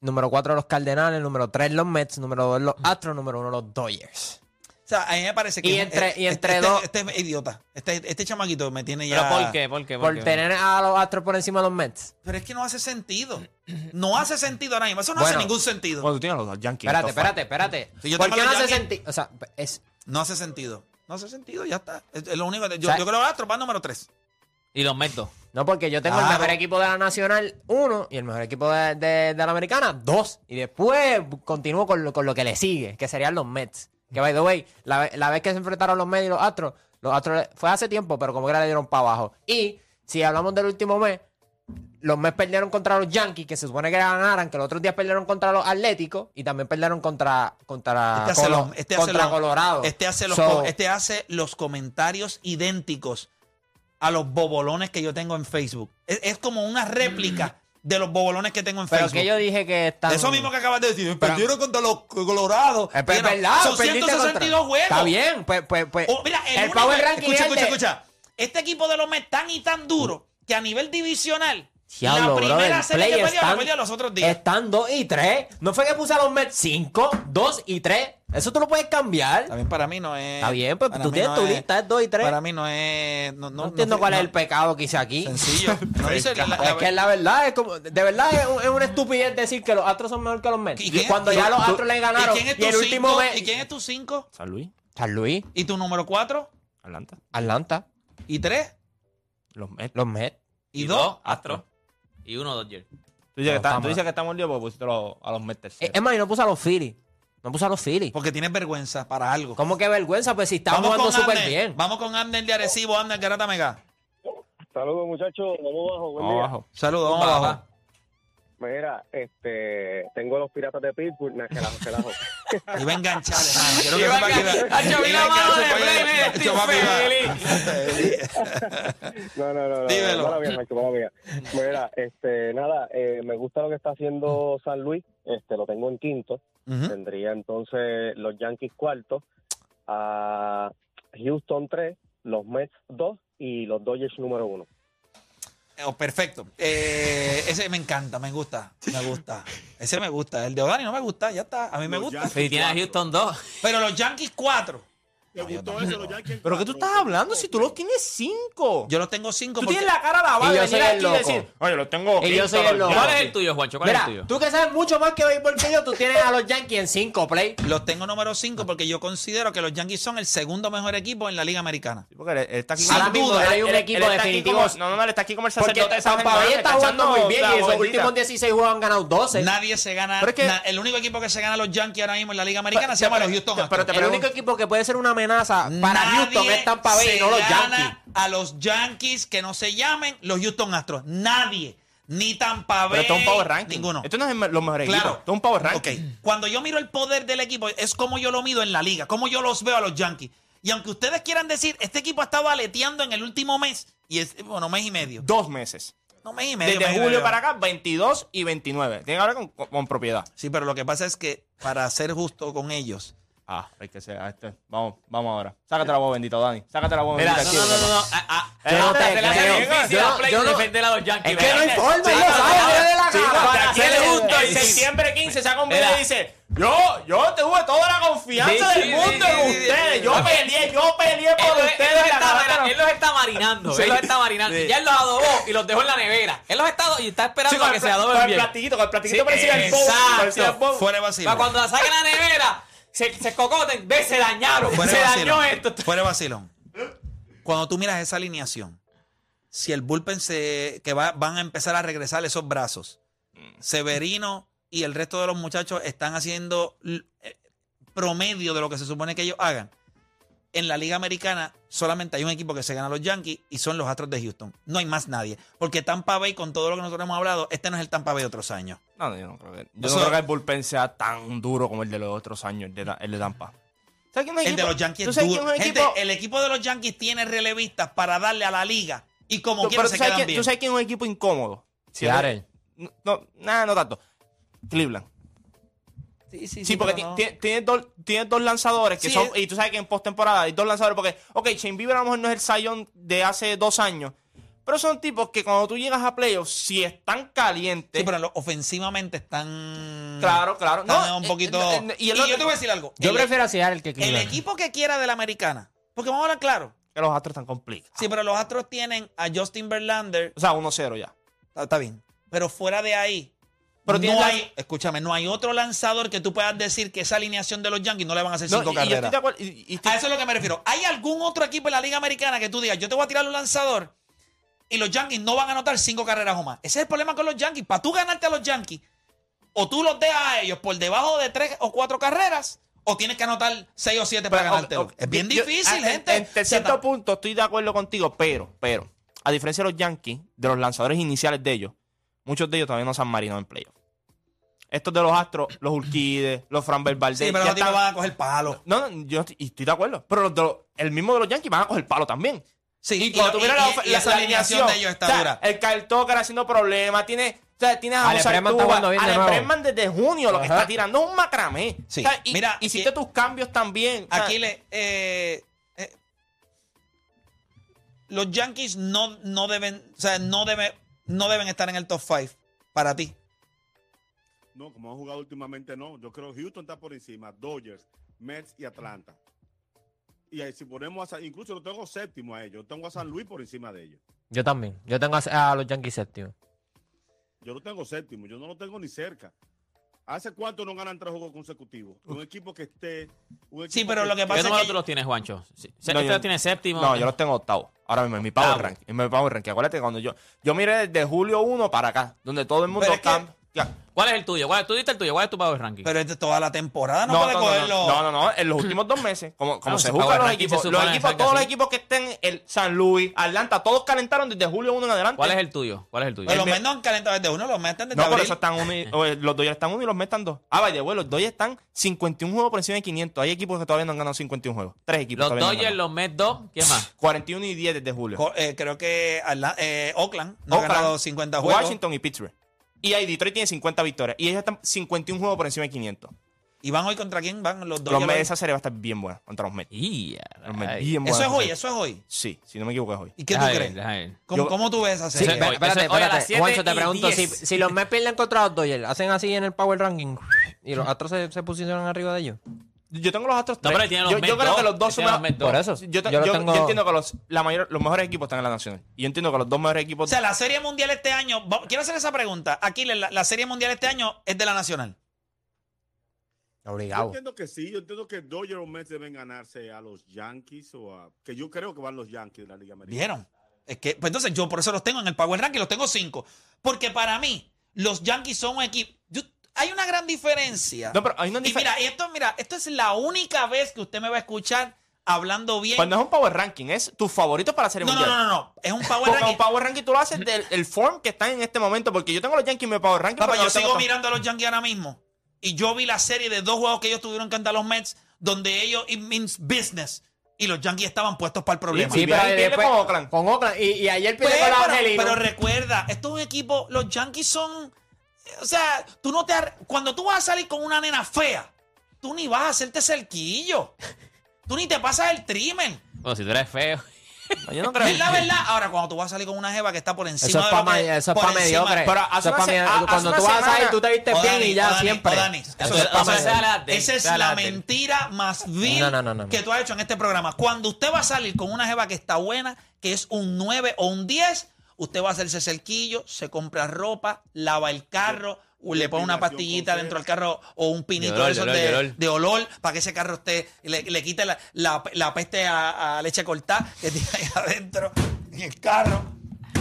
[SPEAKER 3] Número 4, los Cardenales. Número 3, los Mets. Número 2, los Astros. Número 1, los Dodgers.
[SPEAKER 1] O sea, a mí me parece que.
[SPEAKER 3] Y
[SPEAKER 1] es un-
[SPEAKER 3] entre-
[SPEAKER 1] eh,
[SPEAKER 3] y entre
[SPEAKER 1] este,
[SPEAKER 3] dos-
[SPEAKER 1] Este es idiota. Este, este chamaquito me tiene ya.
[SPEAKER 4] ¿Pero por qué? ¿Por qué?
[SPEAKER 3] Por tener a los Astros por encima de los Mets.
[SPEAKER 1] Pero es que no hace sentido. No hace sentido ahora mismo. Eso no
[SPEAKER 3] Bueno.
[SPEAKER 1] hace ningún sentido.
[SPEAKER 2] Cuando tú tienes los Yankees.
[SPEAKER 3] Espérate,
[SPEAKER 2] top five.
[SPEAKER 3] espérate, espérate.
[SPEAKER 1] Si yo
[SPEAKER 3] ¿Por
[SPEAKER 1] tengo
[SPEAKER 3] qué
[SPEAKER 1] los
[SPEAKER 3] no hace
[SPEAKER 1] Yankees-
[SPEAKER 3] sentido? O sea, es,
[SPEAKER 1] No hace sentido. No hace sentido, ya está. Es, es lo único. que- Yo,
[SPEAKER 3] O sea-
[SPEAKER 1] yo creo que Astros va número Este 3.
[SPEAKER 4] Y los meto.
[SPEAKER 3] no, porque yo tengo
[SPEAKER 1] Claro.
[SPEAKER 3] el mejor equipo de la Nacional, uno, y el mejor equipo de, de- de la Americana, dos. Y después continúo con lo, con lo que le sigue, que serían los Mets. Que, by the way, la, ve- la vez que se enfrentaron los Mets y los Astros, los Astros le- fue hace tiempo, pero como que le dieron para abajo. Y si hablamos del último mes, los Mets perdieron contra los Yankees, que se supone que ganaran, que los otros días perdieron contra los Atléticos y también perdieron contra, contra,
[SPEAKER 1] Este hace
[SPEAKER 3] Ah, Colo-
[SPEAKER 1] los- este hace
[SPEAKER 3] contra
[SPEAKER 1] los-
[SPEAKER 3] Colorado.
[SPEAKER 1] Este hace, los,
[SPEAKER 3] So,
[SPEAKER 1] com- este hace los comentarios idénticos a los bobolones que yo tengo en Facebook. Es, es como una réplica de los bobolones que tengo en
[SPEAKER 3] pero
[SPEAKER 1] Facebook.
[SPEAKER 3] que yo dije que están...
[SPEAKER 1] Eso mismo que acabas de decir. Perdieron contra los colorados.
[SPEAKER 3] Eh, pues, Es
[SPEAKER 1] Mira,
[SPEAKER 3] verdad,
[SPEAKER 1] Son
[SPEAKER 3] perdiste
[SPEAKER 1] 162
[SPEAKER 3] contra-
[SPEAKER 1] juegos.
[SPEAKER 3] Está bien, pues, pues, pues.
[SPEAKER 1] Oh, mira, el,
[SPEAKER 3] el,
[SPEAKER 1] único-
[SPEAKER 3] Power Ranking
[SPEAKER 1] Escucha,
[SPEAKER 3] es el
[SPEAKER 1] escucha,
[SPEAKER 3] de-
[SPEAKER 1] escucha. Este equipo de los Mets tan y tan duro que a nivel divisional
[SPEAKER 3] Diablo,
[SPEAKER 1] la primera
[SPEAKER 3] brother,
[SPEAKER 1] serie
[SPEAKER 3] play
[SPEAKER 1] que perdió la
[SPEAKER 3] están-
[SPEAKER 1] perdió los otros días.
[SPEAKER 3] Están 2 y 3. No fue que puse a los Mets 5, 2 y 3. Eso tú lo puedes cambiar.
[SPEAKER 1] También para mí no es.
[SPEAKER 3] Está bien, pues
[SPEAKER 1] para
[SPEAKER 3] tú
[SPEAKER 1] mí
[SPEAKER 3] tienes
[SPEAKER 1] no
[SPEAKER 3] tu
[SPEAKER 1] es-
[SPEAKER 3] lista, es 2 y 3.
[SPEAKER 1] Para mí no es. No, no-
[SPEAKER 3] No,
[SPEAKER 1] no
[SPEAKER 3] entiendo
[SPEAKER 1] sé,
[SPEAKER 3] cuál es
[SPEAKER 1] no-
[SPEAKER 3] el pecado que hice aquí. Pues
[SPEAKER 1] Sencillo. No dice la- la-
[SPEAKER 3] es que la verdad, es como, de verdad es, un- es una estupidez decir que los Astros son mejor que los Mets.
[SPEAKER 1] ¿Y quién-
[SPEAKER 3] Cuando ya los Astros le
[SPEAKER 1] ¿Y
[SPEAKER 3] ganaron
[SPEAKER 1] quién es
[SPEAKER 3] y,
[SPEAKER 1] tu
[SPEAKER 3] el último
[SPEAKER 1] cinco?
[SPEAKER 3] mes.
[SPEAKER 1] ¿Y quién es tu 5?
[SPEAKER 2] San Luis,
[SPEAKER 3] San Luis,
[SPEAKER 1] ¿Y tu número 4?
[SPEAKER 2] Atlanta,
[SPEAKER 3] Atlanta,
[SPEAKER 1] ¿Y 3?
[SPEAKER 2] los Mets.
[SPEAKER 3] los Mets.
[SPEAKER 1] ¿Y 2?
[SPEAKER 4] Astro. Ah, Y uno, Dodger.
[SPEAKER 2] Tú dices, que,
[SPEAKER 3] No,
[SPEAKER 2] está- tú
[SPEAKER 3] estamos-
[SPEAKER 2] dices que estamos líos porque pusiste los- a los Mets
[SPEAKER 3] Eh,
[SPEAKER 2] terceros.
[SPEAKER 3] Es más, yo no puse a los Phillies. No puse a los Phillies.
[SPEAKER 1] Porque tienes vergüenza para algo.
[SPEAKER 3] ¿Cómo que vergüenza? Pues si estamos jugando súper
[SPEAKER 1] Amner.
[SPEAKER 3] bien.
[SPEAKER 1] Vamos con Amner de Arecibo, Amner Garata Mega.
[SPEAKER 8] Saludos, muchachos. Vamos abajo. Buen
[SPEAKER 2] Vamos
[SPEAKER 8] día.
[SPEAKER 2] abajo.
[SPEAKER 1] Saludos, vamos
[SPEAKER 4] Zumba,
[SPEAKER 1] abajo.
[SPEAKER 8] Mira, este, tengo a los piratas de Pittsburgh. Nah, que la- que la-
[SPEAKER 1] Iba a enganchar, hermano. Quiero que
[SPEAKER 4] Iba a
[SPEAKER 1] sepa que iba-
[SPEAKER 4] enganchar. Hacho, vi
[SPEAKER 1] iba a
[SPEAKER 4] la mano
[SPEAKER 1] enganchar, se
[SPEAKER 4] de
[SPEAKER 1] fue-
[SPEAKER 4] Blake, mira,
[SPEAKER 1] Yo, papi,
[SPEAKER 8] No, no, no. no
[SPEAKER 1] Dímelo.
[SPEAKER 8] Mala mía, Nacho, mala mía. Mira, este, nada, eh, me gusta lo que está haciendo San Luis. Este, lo tengo en quinto.
[SPEAKER 1] iba. Ujú.
[SPEAKER 8] Tendría entonces los Yankees cuarto, a Houston tres, los Mets dos y los Dodgers número uno.
[SPEAKER 1] Oh, perfecto. Eh, ese me encanta, me gusta, me gusta. Ese me gusta. El de Odani no me gusta, ya está. A mí me
[SPEAKER 5] Los
[SPEAKER 1] gusta.
[SPEAKER 5] Yankees
[SPEAKER 4] Si tienes a
[SPEAKER 5] cuatro.
[SPEAKER 4] Houston 2.
[SPEAKER 1] Pero los Yankees 4.
[SPEAKER 5] ¿Te gustó eso, los Yankees
[SPEAKER 2] ¿Pero qué tú
[SPEAKER 5] cuatro?
[SPEAKER 2] estás hablando si tú los tienes cinco?
[SPEAKER 1] Yo los tengo 5
[SPEAKER 2] tú
[SPEAKER 1] porque...
[SPEAKER 2] tienes la cara lavada
[SPEAKER 3] Y
[SPEAKER 2] de
[SPEAKER 3] yo
[SPEAKER 2] venir
[SPEAKER 3] soy el
[SPEAKER 2] aquí y
[SPEAKER 3] loco.
[SPEAKER 2] decir, oye, los tengo
[SPEAKER 3] Y yo
[SPEAKER 2] quinto,
[SPEAKER 3] soy el
[SPEAKER 2] los
[SPEAKER 3] loco.
[SPEAKER 4] ¿Cuál
[SPEAKER 2] Yankees".
[SPEAKER 4] es el tuyo, Juancho? ¿Cuál es el
[SPEAKER 3] Mira,
[SPEAKER 4] tuyo?
[SPEAKER 3] tú que sabes mucho más que béisbol que yo, tú tienes a los Yankees en 5 play.
[SPEAKER 1] Los tengo número 5 porque yo considero que los Yankees son el segundo mejor equipo en la Liga Americana.
[SPEAKER 2] Sí, porque él, él está aquí
[SPEAKER 3] Sin duda,
[SPEAKER 2] él-
[SPEAKER 3] hay un
[SPEAKER 2] él- él
[SPEAKER 3] equipo
[SPEAKER 2] está aquí
[SPEAKER 3] definitivo.
[SPEAKER 2] como- no, no, no, él está aquí como el
[SPEAKER 3] Porque
[SPEAKER 2] sacerdote de San
[SPEAKER 3] Tampa Bay
[SPEAKER 2] Germán,
[SPEAKER 3] está jugando
[SPEAKER 2] cachando
[SPEAKER 3] muy bien
[SPEAKER 2] la
[SPEAKER 3] y esos
[SPEAKER 2] bobetita.
[SPEAKER 3] últimos 16 juegos han ganado 12.
[SPEAKER 1] Nadie se gana.
[SPEAKER 2] Pero es que-
[SPEAKER 1] na- el único equipo que se gana a los Yankees ahora mismo en la Liga Americana
[SPEAKER 2] Pero-
[SPEAKER 1] se llama
[SPEAKER 2] pero-
[SPEAKER 1] los Houston
[SPEAKER 2] pero- pero
[SPEAKER 1] Astros.
[SPEAKER 2] te
[SPEAKER 3] el único equipo que puede ser una amenaza para
[SPEAKER 1] Nadie
[SPEAKER 3] Houston es Tampa Bay y
[SPEAKER 1] se
[SPEAKER 3] no los
[SPEAKER 1] gana
[SPEAKER 3] Yankees.
[SPEAKER 1] A los Yankees que no se llamen los Houston Astros. Nadie. Ni Tampa
[SPEAKER 2] Pero
[SPEAKER 1] Bay.
[SPEAKER 2] esto es un power ranking.
[SPEAKER 1] Ninguno.
[SPEAKER 2] Esto no es el me- los mejores
[SPEAKER 1] Claro.
[SPEAKER 2] equipos. Esto es un power ranking.
[SPEAKER 1] Ok. Cuando yo miro el poder del equipo, es como yo lo mido en la liga, como yo los veo a los Yankees. Y aunque ustedes quieran decir, este equipo ha estado aleteando en el último mes, y es, bueno, mes y medio.
[SPEAKER 2] Dos meses.
[SPEAKER 1] No, mes y medio.
[SPEAKER 2] Desde
[SPEAKER 1] mes y
[SPEAKER 2] julio
[SPEAKER 1] medio.
[SPEAKER 2] para acá, 22 y 29. Tiene que hablar con, con- con propiedad.
[SPEAKER 1] Sí, pero lo que pasa es que, para ser justo con ellos,
[SPEAKER 2] Ah, hay que ser. ah, este- Vamos, vamos ahora. Sácate la voz bendita, Dani. Sácate la voz
[SPEAKER 4] Mira,
[SPEAKER 2] bendita.
[SPEAKER 4] no,
[SPEAKER 2] aquí,
[SPEAKER 4] no, no,
[SPEAKER 2] papá.
[SPEAKER 4] no, no. Ah, ah,
[SPEAKER 2] Yo no
[SPEAKER 4] ah,
[SPEAKER 2] te
[SPEAKER 4] se le hace
[SPEAKER 2] creo.
[SPEAKER 4] difícil
[SPEAKER 3] Yo
[SPEAKER 4] a
[SPEAKER 3] no-
[SPEAKER 4] Blake
[SPEAKER 3] yo
[SPEAKER 4] de
[SPEAKER 3] no-
[SPEAKER 4] defender a los Yankees.
[SPEAKER 3] Es que no
[SPEAKER 4] Mira,
[SPEAKER 3] informa,
[SPEAKER 4] mira,
[SPEAKER 3] él lo sabe,
[SPEAKER 4] mira,
[SPEAKER 3] le dé la
[SPEAKER 2] Sí,
[SPEAKER 3] gana.
[SPEAKER 2] no,
[SPEAKER 4] para
[SPEAKER 2] aquí
[SPEAKER 4] que
[SPEAKER 2] en
[SPEAKER 4] le
[SPEAKER 2] el-
[SPEAKER 4] guste.
[SPEAKER 2] En septiembre 15 saca un video
[SPEAKER 4] Mira.
[SPEAKER 2] y dice: Yo, yo tuve toda la confianza
[SPEAKER 4] Sí,
[SPEAKER 2] del
[SPEAKER 4] sí,
[SPEAKER 2] mundo
[SPEAKER 4] sí,
[SPEAKER 2] en
[SPEAKER 4] sí, sí,
[SPEAKER 2] ustedes.
[SPEAKER 4] sí.
[SPEAKER 2] Yo peleé, yo peleé
[SPEAKER 4] Él
[SPEAKER 2] por
[SPEAKER 4] los-
[SPEAKER 2] ustedes.
[SPEAKER 4] Él los
[SPEAKER 2] y la
[SPEAKER 4] está
[SPEAKER 2] ganaron.
[SPEAKER 4] mara- él los está marinando.
[SPEAKER 2] Sí.
[SPEAKER 4] Él los está marinando.
[SPEAKER 2] Sí.
[SPEAKER 4] Ya él los adobó y los dejó en la nevera. Él los está y está
[SPEAKER 2] Sí,
[SPEAKER 4] esperando
[SPEAKER 2] con
[SPEAKER 4] a
[SPEAKER 2] el
[SPEAKER 4] que se
[SPEAKER 2] pla- con
[SPEAKER 4] adoben
[SPEAKER 2] el
[SPEAKER 4] bien.
[SPEAKER 2] platiquito, con el
[SPEAKER 4] Sí,
[SPEAKER 2] platiquito parecía el bowl, parecía el
[SPEAKER 4] Exacto.
[SPEAKER 2] bowl.
[SPEAKER 1] fuera de vacilo.
[SPEAKER 4] Para cuando la saquen a la nevera, se, se cocoten, ve, se dañaron,
[SPEAKER 1] Fuera
[SPEAKER 4] se
[SPEAKER 1] de
[SPEAKER 4] dañó
[SPEAKER 1] vacilón.
[SPEAKER 4] esto.
[SPEAKER 1] Fuera de vacilón. Cuando tú miras esa alineación, si el bullpen se. que va- van a empezar a regresar esos brazos, Severino y el resto de los muchachos están haciendo l- eh, promedio de lo que se supone que ellos hagan. En la Liga Americana solamente hay un equipo que se gana a los Yankees y son los Astros de Houston. No hay más nadie. Porque Tampa Bay, con todo lo que nosotros hemos hablado, este no es el Tampa Bay de otros años.
[SPEAKER 2] No, no, yo no creo que.
[SPEAKER 1] O
[SPEAKER 2] Yo no
[SPEAKER 1] sea-
[SPEAKER 2] creo que el bullpen sea tan duro como el de los otros años, el de, la- el de Tampa. ¿Sabes quién es
[SPEAKER 1] El de
[SPEAKER 2] equipo-
[SPEAKER 1] los Yankees
[SPEAKER 2] ¿Tú
[SPEAKER 1] es
[SPEAKER 2] sabes quién
[SPEAKER 1] duro.
[SPEAKER 2] es un
[SPEAKER 1] Gente,
[SPEAKER 2] equipo-
[SPEAKER 1] el equipo de los Yankees tiene relevistas para darle a la liga y como
[SPEAKER 2] tú-
[SPEAKER 1] quiera
[SPEAKER 2] pero
[SPEAKER 1] se
[SPEAKER 2] tú sabes
[SPEAKER 1] quedan
[SPEAKER 2] quién-
[SPEAKER 1] bien.
[SPEAKER 2] ¿Tú sabes quién es un equipo incómodo?
[SPEAKER 3] Seattle.
[SPEAKER 2] No, no, nada, no tanto. Cleveland.
[SPEAKER 1] Sí,
[SPEAKER 2] Sí, porque ti-
[SPEAKER 1] pero no.
[SPEAKER 2] ti- tienes dos, tienes dos lanzadores que
[SPEAKER 1] Sí,
[SPEAKER 2] son.
[SPEAKER 1] es-
[SPEAKER 2] Y tú sabes que en postemporada hay dos lanzadores. Porque, ok, Shane Bieber a lo mejor no es el Zion de hace dos años. Pero son tipos que cuando tú llegas a playoffs, si están calientes.
[SPEAKER 1] Sí, pero lo- ofensivamente están.
[SPEAKER 2] Claro, claro.
[SPEAKER 1] están
[SPEAKER 2] No,
[SPEAKER 1] un
[SPEAKER 2] eh,
[SPEAKER 1] poquito.
[SPEAKER 2] eh, no, eh,
[SPEAKER 1] y
[SPEAKER 2] y el otro-
[SPEAKER 1] yo te voy a decir algo.
[SPEAKER 3] Yo
[SPEAKER 1] el,
[SPEAKER 3] prefiero a Seattle que
[SPEAKER 1] el
[SPEAKER 3] Cleveland.
[SPEAKER 1] equipo que quiera de la americana. Porque vamos a hablar claro.
[SPEAKER 2] que los astros están complicados.
[SPEAKER 1] Sí, pero los Astros tienen a Justin Verlander.
[SPEAKER 2] O sea, 1-0 ya.
[SPEAKER 1] Está, está bien. Pero fuera de ahí.
[SPEAKER 2] Pero
[SPEAKER 1] no
[SPEAKER 2] tienes la-
[SPEAKER 1] hay, escúchame, no hay otro lanzador que tú puedas decir que esa alineación de los Yankees no le van a hacer
[SPEAKER 2] No,
[SPEAKER 1] cinco
[SPEAKER 2] y- y yo estoy
[SPEAKER 1] carreras.
[SPEAKER 2] de acuerdo, y- y estoy-
[SPEAKER 1] A eso es lo que me refiero. ¿Hay algún otro equipo en la Liga Americana que tú digas, yo te voy a tirar un lanzador y los Yankees no van a anotar cinco carreras o más? Ese es el problema con los Yankees. Para tú ganarte a los Yankees, o tú los dejas a ellos por debajo de tres o cuatro carreras, o tienes que anotar seis o siete para
[SPEAKER 2] Pero,
[SPEAKER 1] ganártelo.
[SPEAKER 2] ok, ok.
[SPEAKER 1] Es bien
[SPEAKER 2] Yo- ah,
[SPEAKER 1] difícil,
[SPEAKER 2] en-
[SPEAKER 1] gente.
[SPEAKER 2] En,
[SPEAKER 1] O sea,
[SPEAKER 2] cierto
[SPEAKER 1] ta-
[SPEAKER 2] punto estoy de acuerdo contigo, pero, pero, a diferencia de los Yankees, de los lanzadores iniciales de ellos, muchos de ellos todavía no se han marinado en playoff. Estos de los Astros, los Urquides, los Framber Valdez,
[SPEAKER 1] sí, pero
[SPEAKER 2] ya
[SPEAKER 1] los tipos
[SPEAKER 2] están-
[SPEAKER 1] van a coger palo.
[SPEAKER 2] No, no, yo estoy, y estoy de acuerdo. Pero los de los- el mismo de los Yankees van a coger palo también.
[SPEAKER 1] Sí,
[SPEAKER 2] Y cuando
[SPEAKER 1] lo-
[SPEAKER 2] tú miras la,
[SPEAKER 1] y-
[SPEAKER 2] ofe-
[SPEAKER 1] y
[SPEAKER 2] la-
[SPEAKER 1] esa
[SPEAKER 2] la
[SPEAKER 1] alineación de ellos está
[SPEAKER 2] o sea,
[SPEAKER 1] dura.
[SPEAKER 2] El Kyle Tucker haciendo problemas, tiene... O sea, tienes a
[SPEAKER 3] Ale
[SPEAKER 2] José
[SPEAKER 3] Bregman está
[SPEAKER 2] Altuve,
[SPEAKER 3] jugando bien de
[SPEAKER 2] Ale
[SPEAKER 3] nuevo.
[SPEAKER 2] Bregman desde junio lo que
[SPEAKER 3] Ajá.
[SPEAKER 2] está tirando es un macramé.
[SPEAKER 1] Sí,
[SPEAKER 2] O sea, y-
[SPEAKER 1] mira,
[SPEAKER 2] hiciste
[SPEAKER 1] y-
[SPEAKER 2] tus cambios también. O sea,
[SPEAKER 1] Aquí le. eh, eh, los Yankees no, no deben. O sea, no deben. no deben estar en el top 5 para ti.
[SPEAKER 5] No, como han jugado últimamente, no. Yo creo que Houston está por encima. Dodgers, Mets y Atlanta. Y ahí, si ponemos a San, incluso yo tengo séptimo a ellos. Tengo a San Luis por encima de ellos.
[SPEAKER 3] Yo también. Yo tengo a, a los Yankees séptimo.
[SPEAKER 5] Yo no tengo séptimo, yo no lo tengo ni cerca. ¿Hace cuánto no ganan tres juegos consecutivos? Un equipo que esté. un
[SPEAKER 1] Sí,
[SPEAKER 5] equipo
[SPEAKER 1] pero lo que
[SPEAKER 4] ¿Qué
[SPEAKER 1] pasa
[SPEAKER 4] número
[SPEAKER 1] es
[SPEAKER 4] tú
[SPEAKER 1] que
[SPEAKER 4] los tienes, Juancho? Sí. Se-
[SPEAKER 2] No,
[SPEAKER 4] este
[SPEAKER 2] yo-
[SPEAKER 4] lo tiene séptimo.
[SPEAKER 2] No, yo los tengo octavo. Ahora mismo, en mi power
[SPEAKER 4] Octavo.
[SPEAKER 2] rank. En mi power rank. Acuérdate, cuando yo, yo miré desde julio 1 para acá, donde todo el mundo
[SPEAKER 1] Pero es que-
[SPEAKER 2] cam- ya.
[SPEAKER 4] ¿Cuál es el tuyo? ¿Cuál, tú diste el tuyo. ¿Cuál es tu power ranking?
[SPEAKER 1] pero es de toda la temporada no,
[SPEAKER 2] No,
[SPEAKER 1] puede
[SPEAKER 2] no, no,
[SPEAKER 1] cogerlo.
[SPEAKER 2] no, no, no, no, en los últimos dos meses, como, como
[SPEAKER 4] Ah, No,
[SPEAKER 2] se
[SPEAKER 4] si
[SPEAKER 2] juzgan
[SPEAKER 4] Power
[SPEAKER 2] los
[SPEAKER 4] Ranking
[SPEAKER 2] equipos,
[SPEAKER 4] se
[SPEAKER 2] los
[SPEAKER 4] supone
[SPEAKER 2] equipos,
[SPEAKER 4] que
[SPEAKER 2] todos los
[SPEAKER 4] sí.
[SPEAKER 2] equipos que estén, el San Luis, Atlanta, todos calentaron desde julio 1 en adelante.
[SPEAKER 4] ¿Cuál es el tuyo? ¿Cuál es el tuyo?
[SPEAKER 1] Pero los Mets no han calentado desde uno, los Mets están desde
[SPEAKER 2] No, por
[SPEAKER 1] abril.
[SPEAKER 2] eso están uno y- o, eh, los Dodgers están uno y los Mets están dos. Ah, vaya, bueno, los Dodgers están 51 juegos por encima de 500. Hay equipos que todavía no han ganado 51 juegos. Tres equipos
[SPEAKER 4] Los
[SPEAKER 2] todavía no han
[SPEAKER 4] Dodgers,
[SPEAKER 2] ganado.
[SPEAKER 4] los Mets 2. ¿Quién más?
[SPEAKER 2] 41 y 10 desde julio.
[SPEAKER 1] Co- eh, creo que Atla- eh, Oakland no
[SPEAKER 2] Oakland,
[SPEAKER 1] ha ganado 50 juegos.
[SPEAKER 2] Washington y Pittsburgh. Y ahí Detroit tiene 50 victorias. Y ellos están 51 juegos por encima de 500.
[SPEAKER 1] ¿Y van hoy contra quién? Van los
[SPEAKER 2] Los
[SPEAKER 1] Dodgers.
[SPEAKER 2] Mets, esa serie va a estar bien buena contra los Mets.
[SPEAKER 4] Y-
[SPEAKER 2] Los Mets,
[SPEAKER 4] ay.
[SPEAKER 2] bien buena
[SPEAKER 1] Eso es
[SPEAKER 2] esa
[SPEAKER 1] hoy,
[SPEAKER 2] serie.
[SPEAKER 1] eso es hoy.
[SPEAKER 2] Sí, si no me equivoco es hoy.
[SPEAKER 1] ¿Y qué
[SPEAKER 4] Deja
[SPEAKER 1] tú
[SPEAKER 4] ver,
[SPEAKER 1] crees?
[SPEAKER 4] deja ver.
[SPEAKER 1] ¿Cómo,
[SPEAKER 2] Yo-
[SPEAKER 1] cómo tú ves esa
[SPEAKER 3] Sí,
[SPEAKER 1] serie?
[SPEAKER 4] Hoy,
[SPEAKER 3] espérate,
[SPEAKER 4] eso es hoy a las
[SPEAKER 3] espérate.
[SPEAKER 4] 7
[SPEAKER 3] Juancho, te
[SPEAKER 4] y
[SPEAKER 3] pregunto, si,
[SPEAKER 4] 10.
[SPEAKER 3] si los Mets pierden contra los Dodgers, hacen así en el Power Ranking y los Astros se, se posicionan arriba de ellos.
[SPEAKER 2] Yo tengo los Astros
[SPEAKER 4] No,
[SPEAKER 2] tres.
[SPEAKER 4] pero él tiene los
[SPEAKER 2] yo,
[SPEAKER 4] Mets
[SPEAKER 2] yo creo
[SPEAKER 4] dos.
[SPEAKER 2] que los dos
[SPEAKER 4] Él
[SPEAKER 2] son
[SPEAKER 4] tiene
[SPEAKER 2] la-
[SPEAKER 4] los Mets dos.
[SPEAKER 3] Por eso,
[SPEAKER 2] Yo, te-
[SPEAKER 3] yo lo
[SPEAKER 2] yo- yo
[SPEAKER 3] tengo-
[SPEAKER 2] entiendo que los, la mayor- los mejores equipos están en la Nacional. Y yo entiendo que los dos mejores
[SPEAKER 1] O
[SPEAKER 2] equipos.
[SPEAKER 1] sea, la Serie Mundial este año. va- Quiero hacer esa pregunta. Aquí, la, la Serie Mundial este año es de la Nacional.
[SPEAKER 5] Yo
[SPEAKER 3] Obligado.
[SPEAKER 5] entiendo que sí, yo entiendo que Dodgers o Mets deben ganarse a los Yankees o a. Que yo creo que van los Yankees de la Liga Americana.
[SPEAKER 1] ¿Vieron? Es que, pues entonces yo por eso los tengo en el Power Ranking, los tengo cinco. Porque para mí, los Yankees son un equipo. yo- hay una gran diferencia.
[SPEAKER 2] no, pero hay una
[SPEAKER 1] y
[SPEAKER 2] diferencia.
[SPEAKER 1] mira, esto, mira, esto es la única vez que usted me va a escuchar hablando bien.
[SPEAKER 2] Cuando es un power ranking, es tu favorito para la serie
[SPEAKER 1] no, no,
[SPEAKER 2] mundial.
[SPEAKER 1] no, no, no. Es un Power
[SPEAKER 2] Porque
[SPEAKER 1] Ranking.
[SPEAKER 2] un power ranking tú lo haces del el form que están en este momento. Porque yo tengo los Yankees en mi power ranking.
[SPEAKER 1] Papá,
[SPEAKER 2] pero
[SPEAKER 1] yo
[SPEAKER 2] no tengo
[SPEAKER 1] sigo
[SPEAKER 2] tan-
[SPEAKER 1] mirando a los Yankees ahora mismo. Y yo vi la serie de dos juegos que ellos tuvieron contra los Mets, donde ellos, it means business. Y los Yankees estaban puestos para el problema.
[SPEAKER 2] Sí, pero ahí pierde con Oakland.
[SPEAKER 3] Con Oakland. Y, y ayer
[SPEAKER 1] Pero,
[SPEAKER 3] pierde con los
[SPEAKER 1] Pues, pero-
[SPEAKER 3] Angelinos.
[SPEAKER 1] pero recuerda, esto es un equipo, los Yankees son. O sea, tú no te. ar- Cuando tú vas a salir con una nena fea, tú ni vas a hacerte cerquillo. Tú ni te pasas el trimmer.
[SPEAKER 4] Bueno, si tú eres feo.
[SPEAKER 2] No, yo no creo.
[SPEAKER 1] Es la verdad. Ahora, cuando tú vas a salir con una jeva que está por encima
[SPEAKER 3] Eso es
[SPEAKER 1] de lo
[SPEAKER 3] pa'
[SPEAKER 1] que-
[SPEAKER 3] ma- eso
[SPEAKER 1] por
[SPEAKER 3] es pa'
[SPEAKER 1] encima-
[SPEAKER 3] mediocre.
[SPEAKER 2] Pero
[SPEAKER 3] Eso es
[SPEAKER 2] hace una
[SPEAKER 3] pa'
[SPEAKER 2] se-
[SPEAKER 3] mediocre.
[SPEAKER 2] a- hace
[SPEAKER 3] Cuando
[SPEAKER 2] una
[SPEAKER 3] tú vas a salir,
[SPEAKER 2] semana-
[SPEAKER 3] tú te viste
[SPEAKER 1] O
[SPEAKER 3] bien
[SPEAKER 1] Dani,
[SPEAKER 3] y ya
[SPEAKER 1] o Dani,
[SPEAKER 3] siempre.
[SPEAKER 1] o Dani. Eso
[SPEAKER 3] Eso
[SPEAKER 1] es
[SPEAKER 3] es
[SPEAKER 1] pa'
[SPEAKER 4] Eso
[SPEAKER 3] pa'
[SPEAKER 4] es
[SPEAKER 1] mediocre.
[SPEAKER 3] mediocre.
[SPEAKER 4] la- del-
[SPEAKER 1] Esa es
[SPEAKER 4] del-
[SPEAKER 1] la
[SPEAKER 4] del-
[SPEAKER 1] mentira más vil
[SPEAKER 3] No, no, no, no, no.
[SPEAKER 1] que tú has hecho en este programa. Cuando usted va a salir con una jeva que está buena, que es un 9 o un 10, usted va a hacerse cerquillo, se compra ropa, lava el carro, o le pone una
[SPEAKER 5] Depilación
[SPEAKER 1] pastillita
[SPEAKER 5] con
[SPEAKER 1] dentro del carro o un pinito
[SPEAKER 4] De olor,
[SPEAKER 1] de, esos
[SPEAKER 4] de olor,
[SPEAKER 1] de-
[SPEAKER 4] de olor.
[SPEAKER 1] de olor para que ese carro esté, le, le quite la, la- la peste a, a leche cortada que tiene ahí adentro en el carro.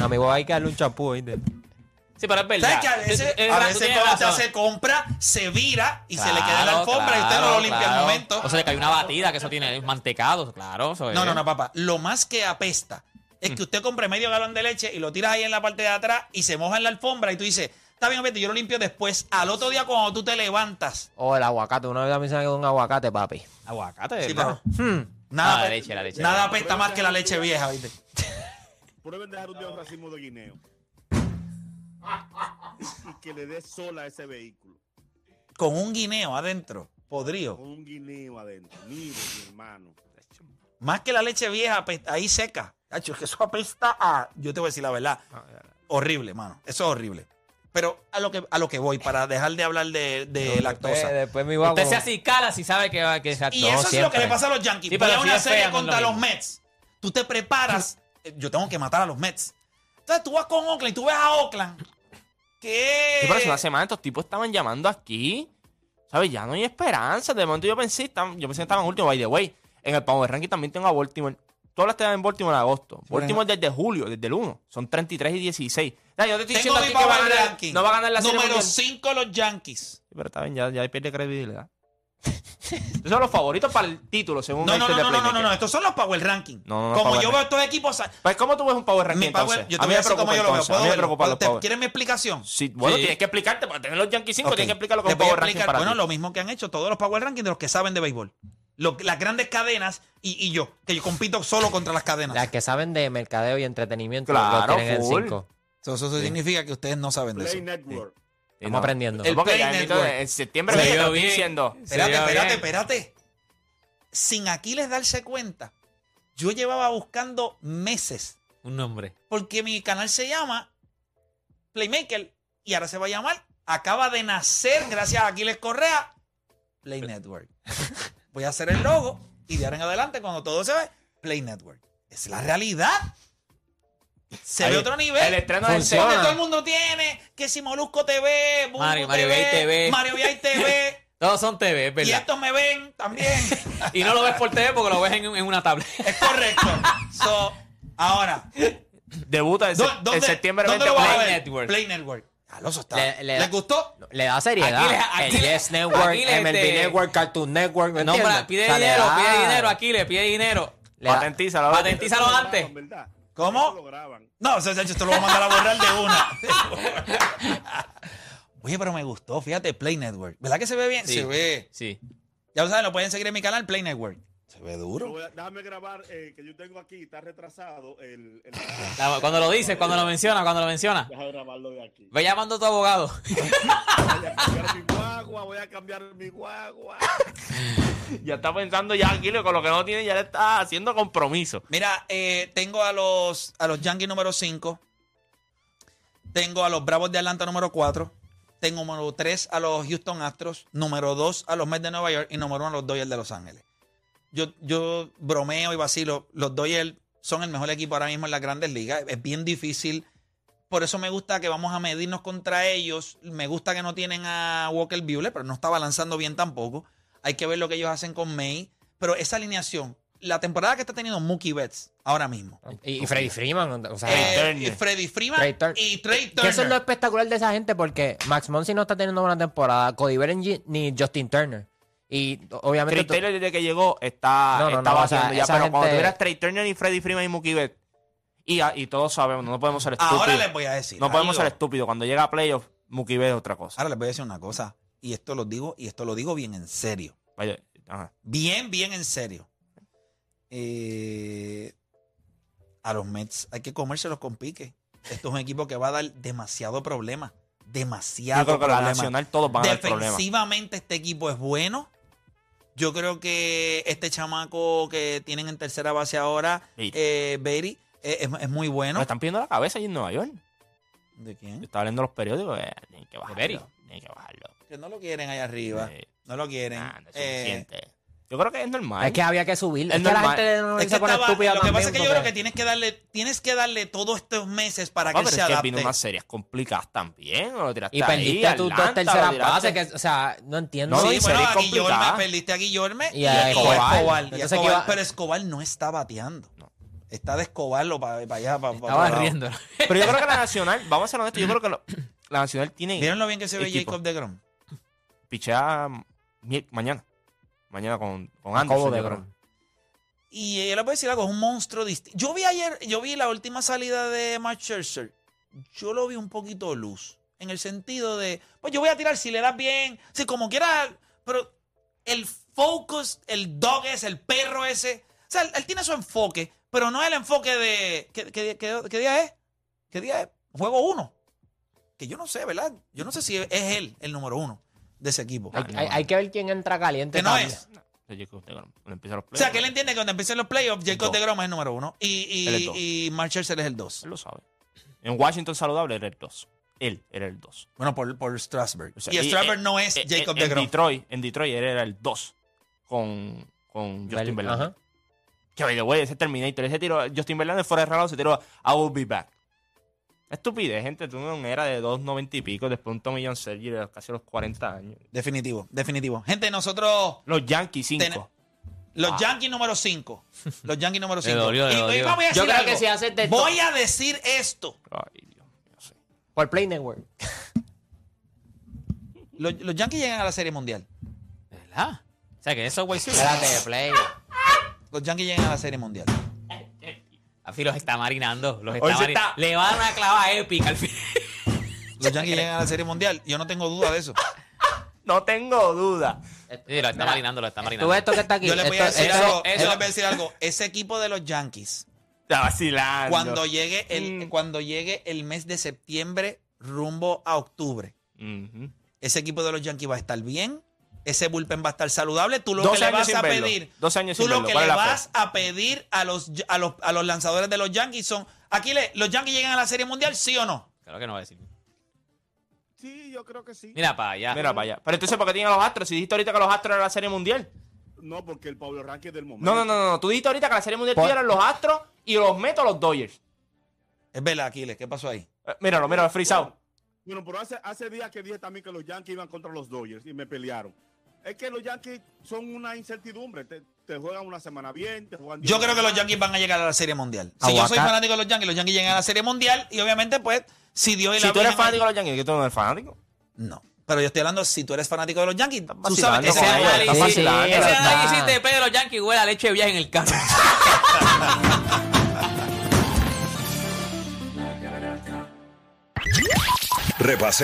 [SPEAKER 3] Amigo, hay que darle un chapú, ¿oíste?
[SPEAKER 4] Sí, pero es verdad.
[SPEAKER 1] ¿Sabes que a veces,
[SPEAKER 4] Es
[SPEAKER 1] a
[SPEAKER 4] verdad, tú
[SPEAKER 1] veces
[SPEAKER 4] tienes
[SPEAKER 1] cuando usted
[SPEAKER 4] razón.
[SPEAKER 1] se compra, se vira y se le queda en la
[SPEAKER 4] Claro,
[SPEAKER 1] alfombra y usted no lo
[SPEAKER 4] claro,
[SPEAKER 1] limpia al
[SPEAKER 4] claro.
[SPEAKER 1] momento?
[SPEAKER 4] O sea, pues. que hay una batida que eso tiene mantecados, claro. eso
[SPEAKER 1] No,
[SPEAKER 4] es.
[SPEAKER 1] no, no, papá. Lo más que apesta es
[SPEAKER 4] Mm.
[SPEAKER 1] que usted compre medio galón de leche y lo tiras ahí en la parte de atrás y se moja en la alfombra y tú dices, está bien, vete, yo lo limpio después. Al otro día cuando tú te levantas.
[SPEAKER 3] O Oh, el aguacate. Una vez a mí se me quedó un aguacate, papi. Hmm.
[SPEAKER 4] Aguacate,
[SPEAKER 1] Sí,
[SPEAKER 4] ¿verdad?
[SPEAKER 1] papá. Nada,
[SPEAKER 4] Ah, la
[SPEAKER 1] ape-
[SPEAKER 4] leche, la leche.
[SPEAKER 1] nada apesta más que la leche vieja, ¿viste?
[SPEAKER 5] Prueben dejar un día un racimo de guineo. y que le dé sola a ese vehículo.
[SPEAKER 1] Con un guineo adentro,
[SPEAKER 5] Con
[SPEAKER 1] podrido.
[SPEAKER 5] un guineo adentro. Mire, mi hermano.
[SPEAKER 1] Más que la leche vieja, apesta- ahí seca. Hacho, es que eso apesta a... Yo te voy a decir la verdad. Horrible, mano. Eso es horrible. Pero a lo que, a lo que voy, para dejar de hablar de, de Eh, lactosa.
[SPEAKER 3] Después, después mi
[SPEAKER 4] Usted
[SPEAKER 3] guagua.
[SPEAKER 4] se acicala si sabe que va que
[SPEAKER 1] Y eso
[SPEAKER 3] No,
[SPEAKER 1] es lo que
[SPEAKER 3] siempre.
[SPEAKER 1] le pasa a los Yankees.
[SPEAKER 4] Sí,
[SPEAKER 1] Voy
[SPEAKER 4] pero
[SPEAKER 1] a
[SPEAKER 4] si
[SPEAKER 1] una
[SPEAKER 4] es
[SPEAKER 1] serie
[SPEAKER 4] fea, no es
[SPEAKER 1] contra
[SPEAKER 4] lo
[SPEAKER 1] los
[SPEAKER 4] mismo.
[SPEAKER 1] Mets. Tú te preparas. eh, Yo tengo que matar a los Mets. Entonces tú vas con Oakland y tú ves a Oakland. Que.
[SPEAKER 2] Sí, pero hace una semana estos tipos estaban llamando aquí. ¿Sabes? Ya no hay esperanza. De momento yo pensé, estaban- yo pensé que estaban últimos. By the way, en el Power Ranking también tengo a Baltimore. Todas las te dan en Baltimore en agosto. Baltimore desde julio, desde el 1. Son 33 y 16. Ya, yo te estoy
[SPEAKER 1] Tengo
[SPEAKER 2] diciendo
[SPEAKER 1] mi
[SPEAKER 2] aquí que va a
[SPEAKER 1] power
[SPEAKER 2] ganar-
[SPEAKER 1] ranking.
[SPEAKER 2] no va a ganar la serie.
[SPEAKER 1] Número
[SPEAKER 2] mundial.
[SPEAKER 1] 5 los Yankees.
[SPEAKER 2] Sí, Pero está bien, ya, ya pierde credibilidad. Esos son los favoritos para el título, según
[SPEAKER 1] No, no,
[SPEAKER 2] Excel
[SPEAKER 1] no, no,
[SPEAKER 2] de
[SPEAKER 1] no, no, no,
[SPEAKER 2] Playmaker.
[SPEAKER 1] no, Estos son los Power Ranking.
[SPEAKER 2] No, no, no,
[SPEAKER 1] Como
[SPEAKER 2] power
[SPEAKER 1] yo veo estos equipos. a-
[SPEAKER 2] Pues, ¿cómo tú ves un Power Ranking
[SPEAKER 1] Mi power,
[SPEAKER 2] entonces?
[SPEAKER 1] yo te
[SPEAKER 2] a mí
[SPEAKER 1] voy
[SPEAKER 2] me
[SPEAKER 1] a decir
[SPEAKER 2] preocupa
[SPEAKER 1] cómo yo lo veo.
[SPEAKER 2] entonces. A
[SPEAKER 1] ¿Puedo
[SPEAKER 2] mí me
[SPEAKER 1] verlo?
[SPEAKER 2] preocupa los
[SPEAKER 1] ¿Te-
[SPEAKER 2] Power
[SPEAKER 1] ¿Quieren mi explicación?
[SPEAKER 2] Sí, bueno,
[SPEAKER 4] Sí.
[SPEAKER 2] tienes que explicarte. Para tener los Yankees 5,
[SPEAKER 1] Ok.
[SPEAKER 2] tienes que explicar lo que
[SPEAKER 1] Les
[SPEAKER 2] es un
[SPEAKER 1] voy a
[SPEAKER 2] Power Ranking
[SPEAKER 1] explicar,
[SPEAKER 2] para
[SPEAKER 1] bueno,
[SPEAKER 2] ti.
[SPEAKER 1] lo mismo que han hecho todos los Power Rankings de los que saben de béisbol. Lo- las grandes cadenas y, y yo, que yo compito solo contra las cadenas.
[SPEAKER 3] Las que saben de mercadeo y entretenimiento
[SPEAKER 2] Claro,
[SPEAKER 3] lo tienen en
[SPEAKER 2] full.
[SPEAKER 3] 5.
[SPEAKER 1] Eso, eso significa que ustedes no saben de eso.
[SPEAKER 5] Play Network.
[SPEAKER 2] Sí,
[SPEAKER 3] Estamos aprendiendo.
[SPEAKER 2] El porque
[SPEAKER 1] Play
[SPEAKER 2] ya en mitad
[SPEAKER 1] Network.
[SPEAKER 2] de- en septiembre
[SPEAKER 4] Se
[SPEAKER 2] me
[SPEAKER 4] vio
[SPEAKER 2] lo estoy
[SPEAKER 4] bien.
[SPEAKER 2] diciendo.
[SPEAKER 1] Espérate,
[SPEAKER 4] Se vio
[SPEAKER 1] espérate,
[SPEAKER 4] bien.
[SPEAKER 1] espérate. Sin Aquiles darse cuenta, yo llevaba buscando meses
[SPEAKER 4] Un nombre.
[SPEAKER 1] porque mi canal se llama Playmaker. Y ahora se va a llamar. Acaba de nacer, gracias a Aquiles Correa, Play Network. Voy a hacer el logo y de ahora en adelante, cuando todo se ve, Play Network. Es la realidad. Se
[SPEAKER 2] Ahí,
[SPEAKER 1] ve otro nivel.
[SPEAKER 2] el estreno del
[SPEAKER 1] Funciona.
[SPEAKER 2] tema.
[SPEAKER 1] Todo el mundo tiene que si Molusco TV, Bumbo
[SPEAKER 4] Mario- Mario
[SPEAKER 1] TV,
[SPEAKER 4] Gay TV.
[SPEAKER 1] Mario Gay TV.
[SPEAKER 4] Todos son TV, es
[SPEAKER 1] y
[SPEAKER 4] verdad.
[SPEAKER 1] estos me ven también.
[SPEAKER 4] Y, no lo ves por TV porque lo ves en, en una tablet.
[SPEAKER 1] es correcto. So, ahora,
[SPEAKER 2] Debuta en,
[SPEAKER 1] ¿dó-
[SPEAKER 2] se- en
[SPEAKER 1] ¿dónde,
[SPEAKER 2] septiembre
[SPEAKER 1] ¿dónde
[SPEAKER 2] 20.
[SPEAKER 1] lo vas a
[SPEAKER 4] Play
[SPEAKER 1] ver?
[SPEAKER 4] Network.
[SPEAKER 1] Play Network. Ya, los está.
[SPEAKER 3] Le- le-
[SPEAKER 1] ¿Les gustó?
[SPEAKER 3] Le da seriedad.
[SPEAKER 4] Aquiles- Aquiles-
[SPEAKER 3] el Yes Network,
[SPEAKER 4] Aquiles,
[SPEAKER 3] MLB
[SPEAKER 4] este-
[SPEAKER 3] Network, Cartoon Network. ¿me
[SPEAKER 4] No,
[SPEAKER 3] entiendes?
[SPEAKER 4] para- pide
[SPEAKER 3] O sea, le
[SPEAKER 4] dinero,
[SPEAKER 3] da-
[SPEAKER 4] pide dinero. Aquí le pide dinero.
[SPEAKER 3] le da-
[SPEAKER 2] Patentízalo. ¿verdad?
[SPEAKER 4] Patentízalo antes.
[SPEAKER 5] ¿Verdad?
[SPEAKER 1] ¿Cómo?
[SPEAKER 5] Eso Lo graban.
[SPEAKER 1] No, o sea, yo te lo voy a mandar a borrar de una. Oye, pero me gustó, fíjate, Play Network. ¿Verdad que se ve bien?
[SPEAKER 4] Sí.
[SPEAKER 1] Se ve.
[SPEAKER 4] Sí.
[SPEAKER 1] Ya lo saben, lo pueden seguir en mi canal, Play Network. Se ve
[SPEAKER 5] Lo
[SPEAKER 1] duro.
[SPEAKER 5] voy a- déjame grabar eh, que yo tengo aquí, está retrasado el. el-
[SPEAKER 4] La- Cuando lo dices, cuando lo menciona, cuando lo menciona.
[SPEAKER 5] Déjame grabarlo de aquí.
[SPEAKER 4] Ve llamando a tu abogado.
[SPEAKER 5] Voy a cambiar mi guagua, voy a cambiar mi guagua.
[SPEAKER 2] Ya está pensando ya Aquiles con lo que no tiene, ya le está haciendo compromiso.
[SPEAKER 1] Mira, eh, tengo a los, a los Yankees número 5. Tengo a los Bravos de Atlanta número 4. Tengo número 3 a los Houston Astros. Número 2 a los Mets de Nueva York. Y número 1 a los Dodgers de Los Ángeles. Yo, yo bromeo y vacilo. Los Dodgers son el mejor equipo ahora mismo en las grandes ligas. Es bien difícil. Por eso me gusta que vamos a medirnos contra ellos. Me gusta que no tienen a Walker Buehler, pero no estaba lanzando bien tampoco. Hay que ver lo que ellos hacen con May. Pero esa alineación, la temporada que está teniendo Mookie Betts ahora mismo.
[SPEAKER 3] Y, y Freddy Freeman. O sea,
[SPEAKER 1] Eh,
[SPEAKER 2] Turner.
[SPEAKER 1] y Freddy Freeman
[SPEAKER 3] Trey Turner.
[SPEAKER 1] y Trey
[SPEAKER 3] que
[SPEAKER 1] Turner.
[SPEAKER 3] eso es lo espectacular de esa gente porque Max Monsi no está teniendo buena temporada, Cody Bellinger ni Justin Turner. Y obviamente.
[SPEAKER 2] Trey
[SPEAKER 3] tú-
[SPEAKER 2] Turner desde que llegó está,
[SPEAKER 3] No, no,
[SPEAKER 2] está
[SPEAKER 3] no, o
[SPEAKER 2] bateando
[SPEAKER 3] sea,
[SPEAKER 2] ya,
[SPEAKER 3] esa
[SPEAKER 2] pero cuando
[SPEAKER 3] gente-
[SPEAKER 2] tuvieras Trey Turner y Freddy Freeman y Mookie Betts, y, a- y todos sabemos, no podemos ser estúpidos.
[SPEAKER 1] Ahora les voy a decir.
[SPEAKER 2] no podemos ser
[SPEAKER 1] algo.
[SPEAKER 2] estúpidos. Cuando llega a playoff, Mookie Betts es otra cosa.
[SPEAKER 1] Ahora les voy a decir una cosa. Y esto lo digo, y esto lo digo bien en serio.
[SPEAKER 2] Vaya, ajá.
[SPEAKER 1] Bien, bien en serio. Eh, a los Mets hay que comérselos con pique. Esto es un equipo que va a dar demasiado problema.
[SPEAKER 2] Yo
[SPEAKER 1] Demasiado
[SPEAKER 2] creo que la
[SPEAKER 1] problema.
[SPEAKER 2] nacional todos van a dar problemas.
[SPEAKER 1] Defensivamente este equipo es bueno. Yo creo que este chamaco que tienen en tercera base ahora,
[SPEAKER 2] Sí.
[SPEAKER 1] eh, Berry, eh, es, es muy
[SPEAKER 2] Nos
[SPEAKER 1] bueno.
[SPEAKER 2] están pidiendo la cabeza allí en Nueva York.
[SPEAKER 1] ¿De
[SPEAKER 2] Yo
[SPEAKER 1] quién?
[SPEAKER 2] estaba leyendo los periódicos. eh, tienen que
[SPEAKER 4] Berry.
[SPEAKER 2] bajarlo. Tienen que bajarlo.
[SPEAKER 1] Que no lo quieren allá arriba.
[SPEAKER 2] Eh,
[SPEAKER 1] No lo quieren.
[SPEAKER 3] Ah,
[SPEAKER 2] nah, no es
[SPEAKER 1] Eh,
[SPEAKER 2] suficiente. Yo creo que es normal. Ah,
[SPEAKER 3] Es que había que subir.
[SPEAKER 2] Es
[SPEAKER 3] Es, que la
[SPEAKER 2] normal.
[SPEAKER 3] gente no
[SPEAKER 1] es que
[SPEAKER 3] se pone
[SPEAKER 1] estaba-
[SPEAKER 3] estúpida
[SPEAKER 1] lo que pasa
[SPEAKER 3] también
[SPEAKER 1] es que yo
[SPEAKER 3] porque-
[SPEAKER 1] creo que tienes que darle, tienes que darle todos estos meses para
[SPEAKER 2] Papá,
[SPEAKER 1] que
[SPEAKER 2] pero
[SPEAKER 1] se
[SPEAKER 2] es que
[SPEAKER 1] adapte.
[SPEAKER 2] vino unas series complicadas también. o Lo tiraste
[SPEAKER 3] Y
[SPEAKER 2] ahí,
[SPEAKER 3] perdiste tus
[SPEAKER 2] Atlanta,
[SPEAKER 3] dos
[SPEAKER 2] lo
[SPEAKER 3] terceras
[SPEAKER 2] tiraste-
[SPEAKER 3] bases. Que, o sea, no entiendo.
[SPEAKER 2] No,
[SPEAKER 1] Sí,
[SPEAKER 2] y
[SPEAKER 1] bueno,
[SPEAKER 2] series
[SPEAKER 1] a Guillorme,
[SPEAKER 2] complicadas.
[SPEAKER 1] perdiste a Guillorme
[SPEAKER 3] Y a
[SPEAKER 2] Escobar.
[SPEAKER 1] y a
[SPEAKER 3] Entonces,
[SPEAKER 1] Escobar,
[SPEAKER 3] ¿qué va-
[SPEAKER 1] pero Escobar no está bateando.
[SPEAKER 2] No.
[SPEAKER 1] Está de Escobarlo para allá, para
[SPEAKER 4] Estaba riendo.
[SPEAKER 2] Pero yo creo que la nacional, vamos a ser honestos, yo creo que lo- la nacional tiene.
[SPEAKER 1] ¿Vieron lo bien que se ve
[SPEAKER 2] Equipo.
[SPEAKER 1] Jacob de Grom?
[SPEAKER 2] pichea mi- mañana. Mañana con, con Anderson.
[SPEAKER 3] Cobo de
[SPEAKER 2] yo creo.
[SPEAKER 3] Bron.
[SPEAKER 1] Y yo le puedo decir algo, es un monstruo distinto. Yo vi ayer, yo vi la última salida de Max Scherzer. Yo lo vi un poquito luz. En el sentido de, pues yo voy a tirar si le das bien, si como quieras. Pero el focus, el dog ese, el perro ese. O sea, él, él tiene su enfoque, pero no el enfoque de. ¿Qué, qué- qué- qué día es? ¿Qué día es? Juego uno. Que yo no sé, ¿verdad? Yo no sé si es él el número uno de ese equipo.
[SPEAKER 3] Hay,
[SPEAKER 2] Ah, no,
[SPEAKER 3] hay- hay que ver quién entra caliente.
[SPEAKER 1] Que no
[SPEAKER 3] también.
[SPEAKER 1] es.
[SPEAKER 2] Yo creo que cuando empiezan los
[SPEAKER 1] O sea,
[SPEAKER 2] playoffs,
[SPEAKER 1] que él entiende que cuando empiecen los playoffs, Jacob
[SPEAKER 2] Dos.
[SPEAKER 1] de Grom es el número uno. Y, y,
[SPEAKER 2] Él es dos.
[SPEAKER 1] y Mark Scherzer es el dos.
[SPEAKER 2] él lo sabe. En Washington saludable era el 2. Él era el 2.
[SPEAKER 1] Bueno, por, por Strasburg.
[SPEAKER 2] O sea,
[SPEAKER 1] y
[SPEAKER 2] y-
[SPEAKER 1] Strasburg
[SPEAKER 2] eh,
[SPEAKER 1] no es Jacob de
[SPEAKER 2] en
[SPEAKER 1] Grom.
[SPEAKER 2] Detroit, en Detroit él era el 2 con, con Justin
[SPEAKER 3] Vale,
[SPEAKER 2] Verlander.
[SPEAKER 3] ajá.
[SPEAKER 2] Que by the way, ese Terminator, ese tiro, Justin Verlander fuera de reloj, se tiró I will be back. Estupidez, gente. Tú no era de 2.90 y pico, después un Tommy John Sergi de casi los 40 años.
[SPEAKER 1] Definitivo, definitivo. Gente, nosotros,
[SPEAKER 2] Los Yankees 5.
[SPEAKER 1] los
[SPEAKER 2] Ah.
[SPEAKER 1] Yankees número 5. Los Yankees número 5.
[SPEAKER 4] dolió, le dolió.
[SPEAKER 1] voy a decir
[SPEAKER 3] Yo creo
[SPEAKER 1] algo.
[SPEAKER 3] que si haces de
[SPEAKER 1] Voy a decir esto.
[SPEAKER 2] Ay, Dios mío, sí.
[SPEAKER 3] Por Play Network.
[SPEAKER 1] Los, los Yankees llegan a la Serie Mundial.
[SPEAKER 4] ¿Verdad? O sea que eso, güey, sí.
[SPEAKER 3] Espérate, Play.
[SPEAKER 1] Los Yankees llegan a la Serie Mundial.
[SPEAKER 4] Así los está marinando. Los
[SPEAKER 2] Hoy
[SPEAKER 4] está
[SPEAKER 2] se
[SPEAKER 4] mari-
[SPEAKER 2] está-
[SPEAKER 4] Le va a dar una clava épica al fin.
[SPEAKER 1] Los Yankees llegan a la Serie Mundial. Yo no tengo duda de eso.
[SPEAKER 2] No tengo duda.
[SPEAKER 4] Sí, lo está marinando, lo está
[SPEAKER 3] Tú
[SPEAKER 4] marinando.
[SPEAKER 3] ves esto que está aquí.
[SPEAKER 1] Yo les voy
[SPEAKER 3] Esto-
[SPEAKER 1] a decir
[SPEAKER 3] esto-
[SPEAKER 1] algo.
[SPEAKER 4] eso-
[SPEAKER 1] yo les voy a decir algo. Ese equipo de los Yankees,
[SPEAKER 2] Está vacilando.
[SPEAKER 1] cuando llegue el,
[SPEAKER 2] Mm.
[SPEAKER 1] cuando llegue el mes de septiembre rumbo a octubre,
[SPEAKER 2] Ujú.
[SPEAKER 1] ese equipo de los Yankees va a estar bien, ese bullpen va a estar saludable. Tú lo
[SPEAKER 2] 12
[SPEAKER 1] que le
[SPEAKER 2] años
[SPEAKER 1] vas
[SPEAKER 2] sin
[SPEAKER 1] a
[SPEAKER 2] verlo.
[SPEAKER 1] pedir,
[SPEAKER 2] 12 años
[SPEAKER 1] tú
[SPEAKER 2] sin
[SPEAKER 1] lo
[SPEAKER 2] verlo.
[SPEAKER 1] que
[SPEAKER 2] ¿Cuál
[SPEAKER 1] le
[SPEAKER 2] es la fe?
[SPEAKER 1] vas a pedir a los, a los, a los lanzadores de los Yankees son, aquí le- los Yankees llegan a la Serie Mundial, sí o no.
[SPEAKER 4] Claro que no va a decir.
[SPEAKER 5] Sí, yo creo que sí.
[SPEAKER 4] Mira para allá.
[SPEAKER 2] Mira, vaya. Pero entonces, ¿por qué tienen a los Astros? Si dijiste ahorita que los Astros eran la serie mundial.
[SPEAKER 5] No, porque el Pablo Ranque del momento.
[SPEAKER 2] No, no, no, no. Tú dijiste ahorita que la serie mundial
[SPEAKER 3] Por-
[SPEAKER 2] tuya eran los Astros y los meto a los Dodgers.
[SPEAKER 1] Es verdad, Aquiles, ¿qué pasó ahí?
[SPEAKER 2] Eh, Míralo, míralo, frisado.
[SPEAKER 5] Bueno, pero hace, hace días que dije también que los Yankees iban contra los Dodgers y me pelearon. Es que los Yankees son una incertidumbre. Te, te juegan una semana bien, te juegan.
[SPEAKER 1] Yo
[SPEAKER 5] diez
[SPEAKER 1] creo que los
[SPEAKER 5] semanas.
[SPEAKER 1] Yankees van a llegar a la Serie Mundial. Si yo
[SPEAKER 3] Aguacate.
[SPEAKER 1] soy fanático de los Yankees, los Yankees llegan a la Serie Mundial y obviamente, pues, si Dios y la
[SPEAKER 2] Si tú eres
[SPEAKER 1] Virgen-
[SPEAKER 2] fanático de los Yankees, que tú no eres fanático.
[SPEAKER 1] No. Pero yo estoy hablando, si tú eres fanático de los Yankees, tú sabes
[SPEAKER 2] vacilando
[SPEAKER 1] que ese
[SPEAKER 2] con
[SPEAKER 1] es
[SPEAKER 2] ellos,
[SPEAKER 1] análisis-
[SPEAKER 2] estás vacilando,
[SPEAKER 4] Ese
[SPEAKER 2] ¿verdad?
[SPEAKER 4] análisis de Pedro Yankee huele a leche de viaje en el carro.
[SPEAKER 9] Repasé